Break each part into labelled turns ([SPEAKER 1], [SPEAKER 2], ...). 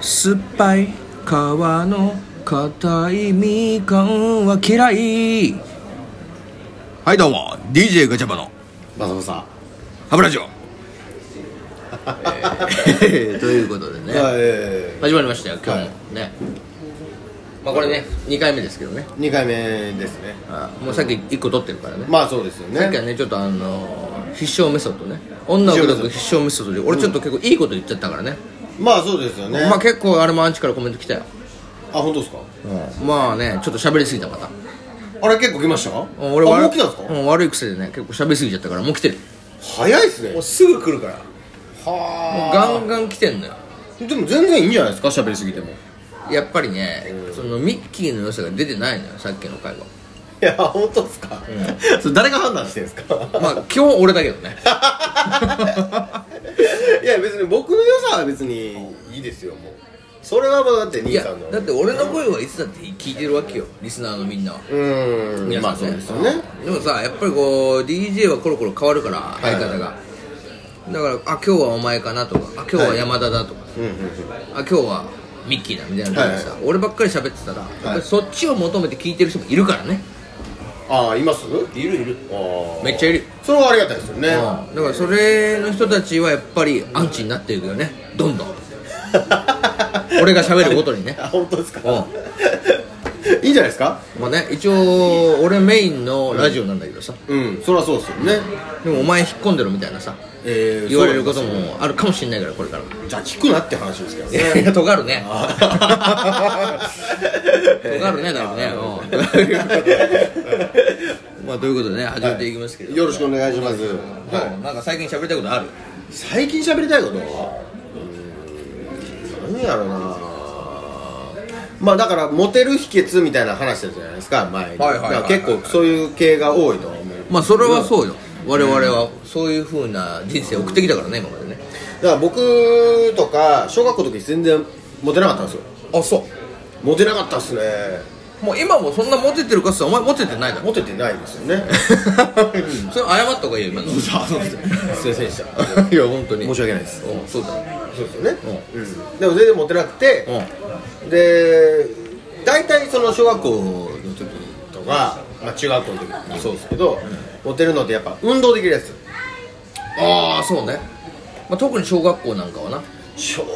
[SPEAKER 1] 酸っぱい皮の硬いみかんは嫌い
[SPEAKER 2] はいどうも DJ ガチャバの
[SPEAKER 3] まさこさ
[SPEAKER 2] ハブラジオ
[SPEAKER 1] ということで
[SPEAKER 3] ん
[SPEAKER 1] ね、
[SPEAKER 3] え
[SPEAKER 1] 始まりましたよ今日
[SPEAKER 3] はい
[SPEAKER 1] もね、まあこれね2回目ですけどね
[SPEAKER 3] え2回目ですね
[SPEAKER 1] あもうさっき1個取ってるからね、
[SPEAKER 3] まあそうですよ
[SPEAKER 1] さっきは
[SPEAKER 3] ね
[SPEAKER 1] ねちょっとあのー必勝メソッドね女を口説く必勝メソッドで俺ちょっと結構いいこと言っちゃったからね、
[SPEAKER 3] まあそうですよね
[SPEAKER 1] まあ結構あれもアンチからコメント来たよ、
[SPEAKER 3] あ本当ですか
[SPEAKER 1] まあねちょっと喋りすぎたまた
[SPEAKER 3] あれ結構来ました
[SPEAKER 1] うん
[SPEAKER 3] あ
[SPEAKER 1] 悪い
[SPEAKER 3] もう来たんですか
[SPEAKER 1] うん、悪い癖でね結構喋りすぎちゃったからもう来てる
[SPEAKER 3] 早いっすね
[SPEAKER 1] もうすぐ来るからもうガ
[SPEAKER 3] は
[SPEAKER 1] ンガン来てんのよ
[SPEAKER 3] あでも全然いいんじゃないですか喋りすぎてもい
[SPEAKER 1] やっぱりねそのミッキーの良さが出てないのよさっきの会話
[SPEAKER 3] や本当ですかそれ誰が判断してるんですか
[SPEAKER 1] まあ基本俺だけどね
[SPEAKER 3] いや別に僕の良さは別にいいですよもうそれはもうだって
[SPEAKER 1] い
[SPEAKER 3] 兄
[SPEAKER 1] や
[SPEAKER 3] さんの
[SPEAKER 1] だって俺の声はいつだって聞いてるわけよリスナーのみんなは
[SPEAKER 3] うー
[SPEAKER 1] 皆
[SPEAKER 3] ん
[SPEAKER 1] さ
[SPEAKER 3] ま
[SPEAKER 1] ん
[SPEAKER 3] あそうですよね
[SPEAKER 1] でもさやっぱりこう DJ はコロコロ変わるから
[SPEAKER 3] い
[SPEAKER 1] 相方が、だからあ今日はお前かなとかあ今日は山田だとか、
[SPEAKER 3] うんうんうん
[SPEAKER 1] あ今日はミッキーだみたいな感じでさ、俺ばっかり喋ってたら、やっぱりそっちを求めて聞いてる人もいるからね
[SPEAKER 3] ああいますいるいるああ
[SPEAKER 1] めっちゃいる
[SPEAKER 3] それはありがたいですよね
[SPEAKER 1] うんだからそれの人たちはやっぱりアンチになっていくよねどんどん俺が喋るごとにね
[SPEAKER 3] あ本当ですか
[SPEAKER 1] うん
[SPEAKER 3] いいんじゃないですか
[SPEAKER 1] まあね一応俺メインのラジオなんだけどさ、
[SPEAKER 3] うんそりゃそうですよね
[SPEAKER 1] でもお前引っ込んでろみたいなさ
[SPEAKER 3] えー
[SPEAKER 1] 言われること
[SPEAKER 3] そうなんで
[SPEAKER 1] もあるかもしれないからこれからい
[SPEAKER 3] すよじゃあ聞くなって話ですけど
[SPEAKER 1] や
[SPEAKER 3] ね
[SPEAKER 1] いや尖るね
[SPEAKER 3] あ
[SPEAKER 1] 尖るねだいぶねうんまあということでね始めていきますけど、
[SPEAKER 3] よろしくお願いしま
[SPEAKER 1] う
[SPEAKER 3] す
[SPEAKER 1] んなんか最近喋りたいことある
[SPEAKER 3] 最近喋りたいことはうーん何やろうなまあだからモテる秘訣みたいな話したじゃないですか前に
[SPEAKER 1] はいはいはいはい
[SPEAKER 3] だから結構そういう系が多いと思う
[SPEAKER 1] まあそれはそうよ我々はそういうふうな人生を送ってきたからね今までね
[SPEAKER 3] だから僕とか小学校の時全然モテなかったんですよ
[SPEAKER 1] あそう
[SPEAKER 3] モテなかったっすね
[SPEAKER 1] もう今もそんなモテてるかっつったらお前モテてないだろ
[SPEAKER 3] モテてないですよ ね
[SPEAKER 1] それ謝った方がいいよ今の
[SPEAKER 3] あそうですねすいませんでした
[SPEAKER 1] いや本当に
[SPEAKER 3] 申し訳ないです
[SPEAKER 1] うんそうだよ
[SPEAKER 3] そうですよね、うんでも全然モテなくて、
[SPEAKER 1] うん
[SPEAKER 3] で大体その小学校の時とか、まあ、中学校の時もそうですけど、モテるのってやっぱ運動できるやつ
[SPEAKER 1] ああそうね、まあ、特に小学校なんかはな
[SPEAKER 3] 小学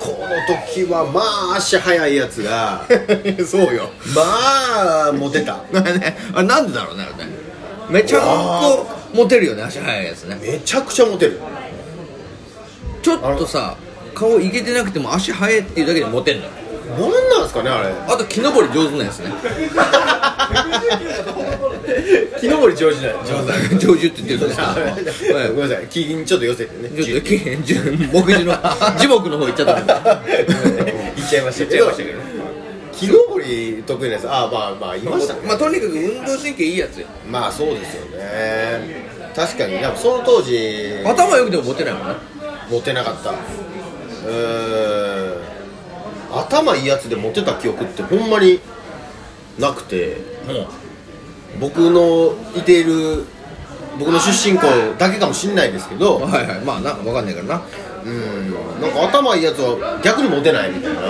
[SPEAKER 3] 校の時はまあ足速いやつ が
[SPEAKER 1] そうよ
[SPEAKER 3] まあモテた
[SPEAKER 1] あれなんでだろうねあれねめちゃくちゃモテるよね足速いやつね
[SPEAKER 3] めちゃくちゃモテる
[SPEAKER 1] ちょっとさ顔いけてなくても足速いっていうだけでモテんのよ
[SPEAKER 3] なんなんですかねあれ
[SPEAKER 1] あと木登り上手なやつね
[SPEAKER 3] 木登り上手じゃない上
[SPEAKER 1] 上手って言ってるからさ
[SPEAKER 3] ごめんなさい木にちょっと寄せてね
[SPEAKER 1] ちょっと木木地の樹木の方行っちゃったけど
[SPEAKER 3] 言っちゃいましたけど木登り得意なやつああまあまあいましたね
[SPEAKER 1] まあとにかく運動神経いいやつよ
[SPEAKER 3] まあそうですよね確かにでもその当時
[SPEAKER 1] 頭良くてもモテないもんね
[SPEAKER 3] モテなかったうーん頭いいやつでモテた記憶ってほんまになくて僕のいている僕の出身校だけかもしんないですけ
[SPEAKER 1] うん
[SPEAKER 3] ど
[SPEAKER 1] はいはいまあなんか分かんないからな
[SPEAKER 3] うんなんか頭いいやつは逆にモテないみたいな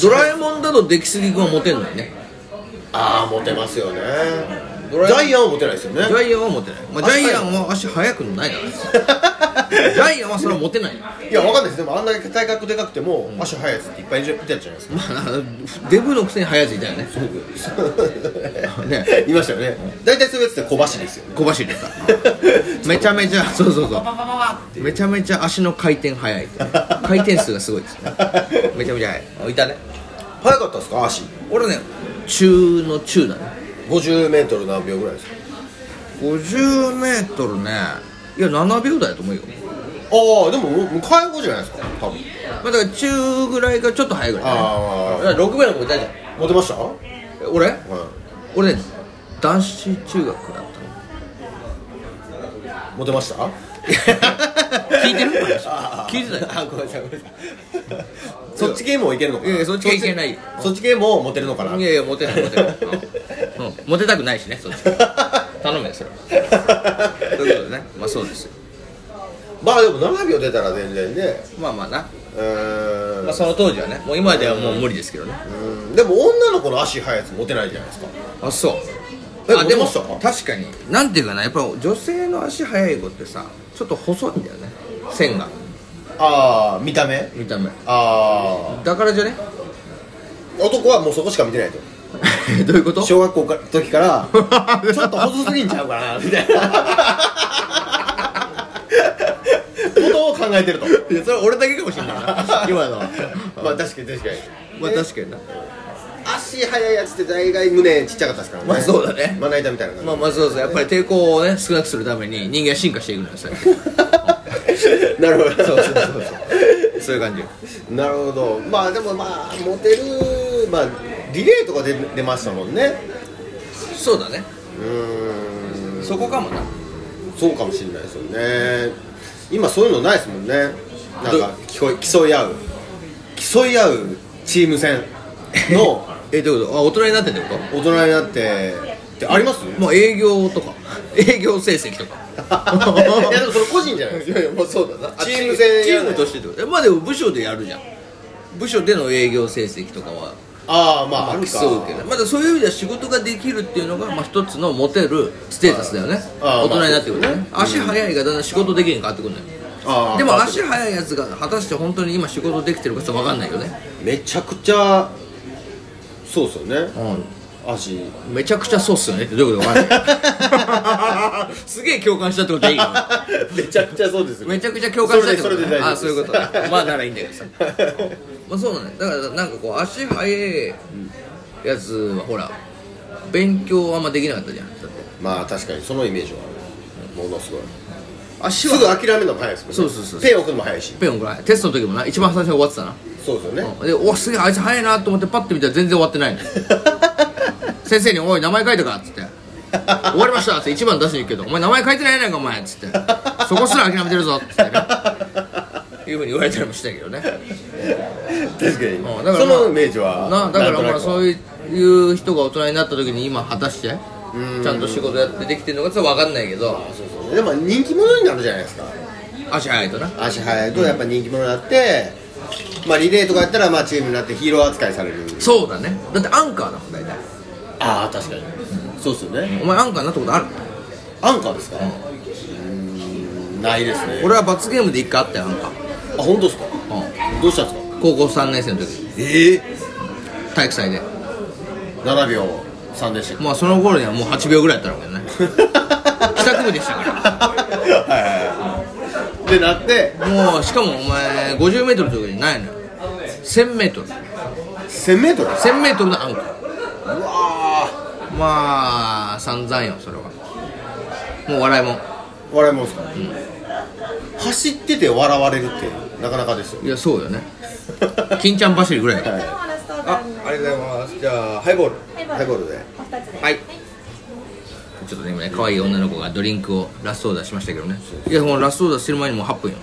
[SPEAKER 1] ドラえもんだと出来すぎ君はモテんのよね
[SPEAKER 3] ああモテますよねジ
[SPEAKER 1] ドラえもん
[SPEAKER 3] ャイアンはモテないですよね
[SPEAKER 1] ジャイアンはモテない、まあ、ジャイアンは足速くないからね ジャイアンはそれはモテないよ
[SPEAKER 3] いやわかんないですでもあんだけ体格でかくても足速いやつっていっぱいいるいたじゃないですか
[SPEAKER 1] まあデブのくせに速いやついたよねね
[SPEAKER 3] いました よね大体そういうやつって小走りですよね
[SPEAKER 1] 小走りでさめちゃめちゃそうそうそうめちゃめちゃ足の回転速い回転数がすごいですねめちゃめちゃ速いいたね
[SPEAKER 3] 速かったですか足
[SPEAKER 1] 俺ね中の中だね
[SPEAKER 3] 50m 何秒ぐらいですか
[SPEAKER 1] 50m ねいや7秒台だと思うよ、
[SPEAKER 3] ああでももうもう介護じゃないですか多分
[SPEAKER 1] まあ、だから中ぐらいかちょっと速いぐらい、ね、
[SPEAKER 3] あ
[SPEAKER 1] だから6ぐらいの子いたじゃん
[SPEAKER 3] あモテましたは
[SPEAKER 1] え俺
[SPEAKER 3] い
[SPEAKER 1] 俺ね男子中学だったの
[SPEAKER 3] モテました
[SPEAKER 1] 聞いてる
[SPEAKER 3] あー
[SPEAKER 1] 聞いてたよ
[SPEAKER 3] あーごめんなさいごめんなさ いそっち系もいけるのかない
[SPEAKER 1] やいやそっち系いけないよ
[SPEAKER 3] そっち系もモテるのかない
[SPEAKER 1] やいやモテないモテ ない、うんうんモテたくないしねそっち頼むよそれはということでねまあそうですよ
[SPEAKER 3] まあでも7秒出たら全然ね
[SPEAKER 1] まあまあな、
[SPEAKER 3] うーん、
[SPEAKER 1] まあ、その当時はねもう今ではもう無理ですけどね
[SPEAKER 3] うんでも女の子の足速いやつモテないじゃないですか
[SPEAKER 1] あそう
[SPEAKER 3] え
[SPEAKER 1] あでも
[SPEAKER 3] モテま
[SPEAKER 1] 確かになんていうかなやっぱ女性の足速い子ってさちょっと細いんだよね線が
[SPEAKER 3] ああ見た目
[SPEAKER 1] 見た目
[SPEAKER 3] ああ
[SPEAKER 1] だからじゃね
[SPEAKER 3] 男はもうそこしか見てないと
[SPEAKER 1] どういうこと
[SPEAKER 3] 小学校の時からちょっと細すぎんちゃうかなみたいなことを考えて ると
[SPEAKER 1] いやそれ俺だけかもしれないな今のは
[SPEAKER 3] まあ確かに確かに
[SPEAKER 1] まあ確かにな
[SPEAKER 3] 足速いやつって大概胸ちっちゃかったですからね
[SPEAKER 1] まあそうだね
[SPEAKER 3] まな板みたいな感じ
[SPEAKER 1] まあまあそうそうやっぱり抵抗をね少なくするために人間は進化していくのよそれ
[SPEAKER 3] なるほど
[SPEAKER 1] そうそうそうそういう感じ
[SPEAKER 3] なるほどまあでもまあモテるまあリレーとか出出ましたもんね
[SPEAKER 1] そうだね
[SPEAKER 3] うーん
[SPEAKER 1] そこかもな
[SPEAKER 3] そうかもしれないですよね今そういうのないですもんねなんか競い競い合う競い合うチーム戦の
[SPEAKER 1] えどういうことあ大人になってってこ
[SPEAKER 3] 大人になってってあります
[SPEAKER 1] ともう営業とか営業成績とか
[SPEAKER 3] いやでもそれ個人じゃないですか
[SPEAKER 1] いやいやまあそうだな
[SPEAKER 3] チーム戦
[SPEAKER 1] チ
[SPEAKER 3] やら
[SPEAKER 1] ー
[SPEAKER 3] ない
[SPEAKER 1] ムとしてってことえまあでも部署でやるじゃん部署での営業成績とかは
[SPEAKER 3] ああまああるか
[SPEAKER 1] そうけどまだそういう意味では仕事ができるっていうのが、まあ、一つのモテるステータスだよね
[SPEAKER 3] ああ
[SPEAKER 1] 大人になってくるとね、
[SPEAKER 3] まあ
[SPEAKER 1] 足早いがだんだん仕事できへん変わってくるのよ
[SPEAKER 3] あー
[SPEAKER 1] でも足早いやつが果たして本当に今仕事できてるかちょっと分かんないよね、
[SPEAKER 3] めちゃくちゃそうですよね足
[SPEAKER 1] めちゃくちゃそうっすよねってどういうこと分かんないすげえ共感したってことでいいよ
[SPEAKER 3] めちゃくちゃそうですよ
[SPEAKER 1] めちゃくちゃ共感したってこと
[SPEAKER 3] それでそれで大丈夫
[SPEAKER 1] あそういうことねまあならいいんだけど さまあそうなんだよだからなんかこう足早いやつはほら勉強あんまできなかったじゃんだって
[SPEAKER 3] まあ確かにそのイメージはあるものすごい
[SPEAKER 1] 足
[SPEAKER 3] す
[SPEAKER 1] は
[SPEAKER 3] ぐ諦めるのも早いですもんね
[SPEAKER 1] そうそうそう
[SPEAKER 3] ペン置くのも早いし
[SPEAKER 1] ペンをぐらいテストの時もな一番最初に終わってたな、
[SPEAKER 3] そうですよね、
[SPEAKER 1] うんでおすげえあいつ早いなと思ってパッて見たら全然終わってないの先生に「おい名前書いたか」っつって「終わりました」っつって一番出しに行くけど「お前名前書いてないやないかお前」っつって「そこすら諦めてるぞ」っつってねいうふうに言われたりもしたけどね、
[SPEAKER 3] 確かに、
[SPEAKER 1] うん、だからまあ
[SPEAKER 3] そのイメージは
[SPEAKER 1] なだからまあ
[SPEAKER 3] う
[SPEAKER 1] そういう人が大人になった時に今果たして
[SPEAKER 3] うん
[SPEAKER 1] ちゃんと仕事やってできてるのかちょっと分かんないけど
[SPEAKER 3] そうそうでも人気者になるじゃないですか
[SPEAKER 1] 足早いとな
[SPEAKER 3] 足早いとやっぱ人気者になって、まあリレーとかやったらまあチームになってヒーロー扱いされる
[SPEAKER 1] そうだねだってアンカーだもん大体
[SPEAKER 3] ああ確かにそうですよね
[SPEAKER 1] お前アンカーになったことある
[SPEAKER 3] アンカーですかうーんないですね
[SPEAKER 1] 俺は罰ゲームで一回あったよアンカー
[SPEAKER 3] あ本当ですかどうしたんですか
[SPEAKER 1] 高校3年生の時
[SPEAKER 3] ええ
[SPEAKER 1] 体育祭で
[SPEAKER 3] 7秒3でしたっ
[SPEAKER 1] まあその頃にはもう8秒ぐらいやったろうけどね
[SPEAKER 3] け帰
[SPEAKER 1] 宅部でしたから
[SPEAKER 3] はいはいはいってなって
[SPEAKER 1] もうしかもお前 50m の時にないのよ 1000m1000m
[SPEAKER 3] 1000m う
[SPEAKER 1] のアンカー
[SPEAKER 3] わ
[SPEAKER 1] まあ散々よそれはもう笑いもん
[SPEAKER 3] ー笑いもんすか、走ってて笑われるってなかなかですよ
[SPEAKER 1] いやそうよね金ちゃん走りぐらい
[SPEAKER 3] はい
[SPEAKER 1] あありがとうございますじゃあハイボール
[SPEAKER 3] ハイボールで
[SPEAKER 4] お二つで
[SPEAKER 1] はいちょっとね今ね可愛い女の子がドリンクをラストオーダーしましたけどねいやもうラストオーダーする前にもう8分よ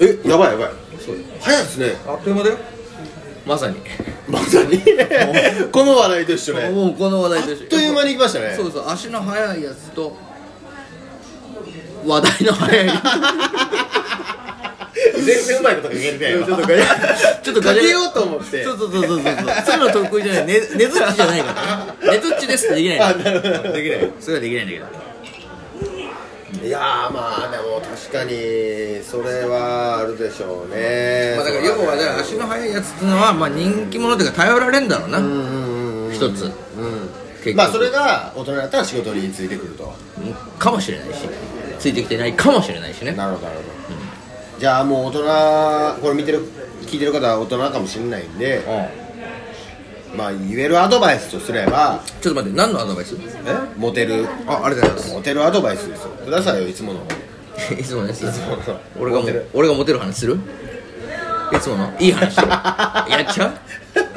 [SPEAKER 3] えやばいやばい
[SPEAKER 1] そうよ
[SPEAKER 3] 早いですね
[SPEAKER 1] あっという間だよまさに
[SPEAKER 3] まさにこの話題と一緒ね
[SPEAKER 1] もうこの話題
[SPEAKER 3] あ
[SPEAKER 1] と
[SPEAKER 3] っ
[SPEAKER 1] 一緒
[SPEAKER 3] という間に行きましたね
[SPEAKER 1] そうそう足の速いやつと話題の速い
[SPEAKER 3] 全然うまいことが言えるねちょっとか
[SPEAKER 1] ちょっと
[SPEAKER 3] か
[SPEAKER 1] ガジェ
[SPEAKER 3] けようと思っ て
[SPEAKER 1] そうそうそうそうそうそういうの得意じゃないねねずっちじゃない からねねずっちですってできない
[SPEAKER 3] あなるほどできない
[SPEAKER 1] それはできないんだけど
[SPEAKER 3] いやーまあでも確かにそれはあるでしょうね
[SPEAKER 1] まあだから要はだから足の速いやつっていうのはまあ人気者というか頼られんだろうな
[SPEAKER 3] うんうんうん
[SPEAKER 1] 一つ
[SPEAKER 3] う
[SPEAKER 1] 結
[SPEAKER 3] んまあ
[SPEAKER 1] 構
[SPEAKER 3] それが大人だったら仕事についてくると
[SPEAKER 1] かもしれないしついてきてないかもしれないしね
[SPEAKER 3] なるほどなるほど、じゃあもう大人これ見てる聞いてる方は大人かもしれないんで
[SPEAKER 1] うん
[SPEAKER 3] まあ言えるアドバイスとすれば
[SPEAKER 1] ちょっと待って何のアドバイス
[SPEAKER 3] モテる
[SPEAKER 1] あありがとうござい
[SPEAKER 3] モテるアドバイスですよくださいよいつもの
[SPEAKER 1] ます いつものやついつもの俺がも
[SPEAKER 3] 俺がモテる
[SPEAKER 1] 俺がモテる話するいつものいい 話やっちゃ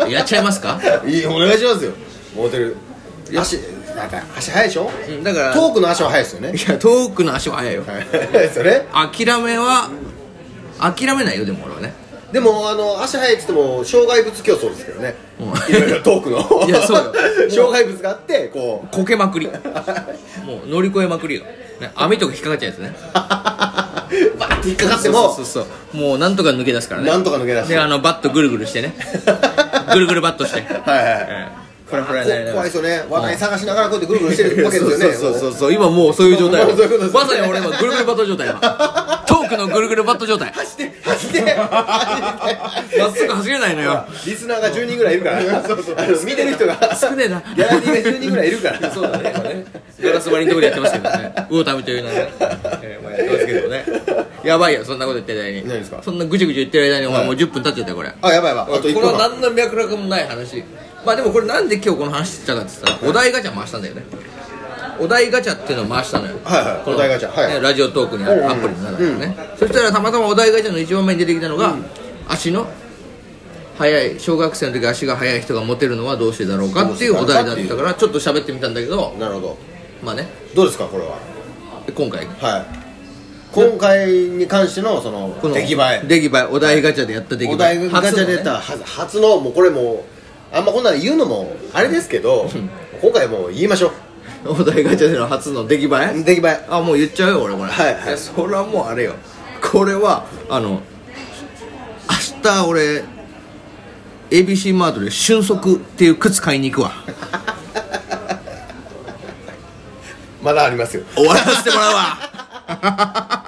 [SPEAKER 1] うやっちゃいますか、
[SPEAKER 3] いいお願いしますよモテる足だって足速いでしょ
[SPEAKER 1] うん、だから
[SPEAKER 3] トークの足は速いですよね
[SPEAKER 1] いやトークの足は速いよ
[SPEAKER 3] はい それ
[SPEAKER 1] 諦めは諦めないよでも俺はね
[SPEAKER 3] でもあの足速いっつっても障害物競争ですけどね
[SPEAKER 1] うん
[SPEAKER 3] いろいろトークの
[SPEAKER 1] いやそう よ
[SPEAKER 3] 障害物があって こ
[SPEAKER 1] こけまくりもう乗り越えまくりよ、ね、網とか引っかかっちゃうやつね
[SPEAKER 3] うババッて引っかかって
[SPEAKER 1] そう
[SPEAKER 3] も
[SPEAKER 1] そうそうそうもうなんとか抜け出すからね
[SPEAKER 3] なんとか抜け出す
[SPEAKER 1] であのバットぐるぐるしてねぐるぐるバットして
[SPEAKER 3] はいはいはい
[SPEAKER 1] ええフラフラになりながら
[SPEAKER 3] 怖いですよね話題探しながらこうやってぐるぐるしてるわけですよね
[SPEAKER 1] そうそうそうそう今もうそういう状態
[SPEAKER 3] もうそういうことですね
[SPEAKER 1] まさに俺今ぐるぐるバット状態今トークのぐるぐるバット状態
[SPEAKER 3] 走って走って走って
[SPEAKER 1] まっすぐ走れないのよ
[SPEAKER 3] リスナーが10人ぐらいいるからあの見てる人が
[SPEAKER 1] 少ねえな
[SPEAKER 3] ギャラリーが10人ぐらいいるから
[SPEAKER 1] そうだね今ねガラス張りのところでやってますけどねウォーターミという名 で、えーまあ、やってますけどねやばいよそんなこと言ってる間に
[SPEAKER 3] 何ですか
[SPEAKER 1] そんなぐちゅぐちゅ言ってる間にお
[SPEAKER 3] は
[SPEAKER 1] 前
[SPEAKER 3] い
[SPEAKER 1] もう10分経っちゃったよこれ
[SPEAKER 3] あやばいやばいあと1
[SPEAKER 1] こ
[SPEAKER 3] 分
[SPEAKER 1] の
[SPEAKER 3] 半
[SPEAKER 1] 何の脈絡もない話まあでもこれなんで今日この話してたかって言ったらお題ガチャ回したんだよねお題ガチャっていうのを回したのよ
[SPEAKER 3] はいはい
[SPEAKER 1] この
[SPEAKER 3] お題ガチャはい
[SPEAKER 1] ねラジオトークにあるアプリの中でね、そしたらたまたまお題ガチャの一番目に出てきたのが、足の速い小学生の時足が速い人がモテるのはどうしてだろうかっていうお題だったからちょっと喋ってみたんだけど
[SPEAKER 3] なるほど
[SPEAKER 1] まあね
[SPEAKER 3] どうですかこれは
[SPEAKER 1] 今回
[SPEAKER 3] はい今回に関してのその
[SPEAKER 1] この
[SPEAKER 3] 出来栄え
[SPEAKER 1] 出来栄えお題ガチャでやった出来栄え
[SPEAKER 3] お題ガチャで出た
[SPEAKER 1] 初
[SPEAKER 3] 初初のもうこれもうあんまこんなの言うのもあれですけど今回もう言いましょ
[SPEAKER 1] のねお題ガチャでの初の出来栄え
[SPEAKER 3] う出来栄え
[SPEAKER 1] あもう言っちゃうよ俺これ
[SPEAKER 3] はいはい
[SPEAKER 1] やそれはもうあれよこれはあの明日俺 ABC マートで瞬足っていう靴買いに行くわ
[SPEAKER 3] まだありますよ
[SPEAKER 1] 終わらせてもらうわ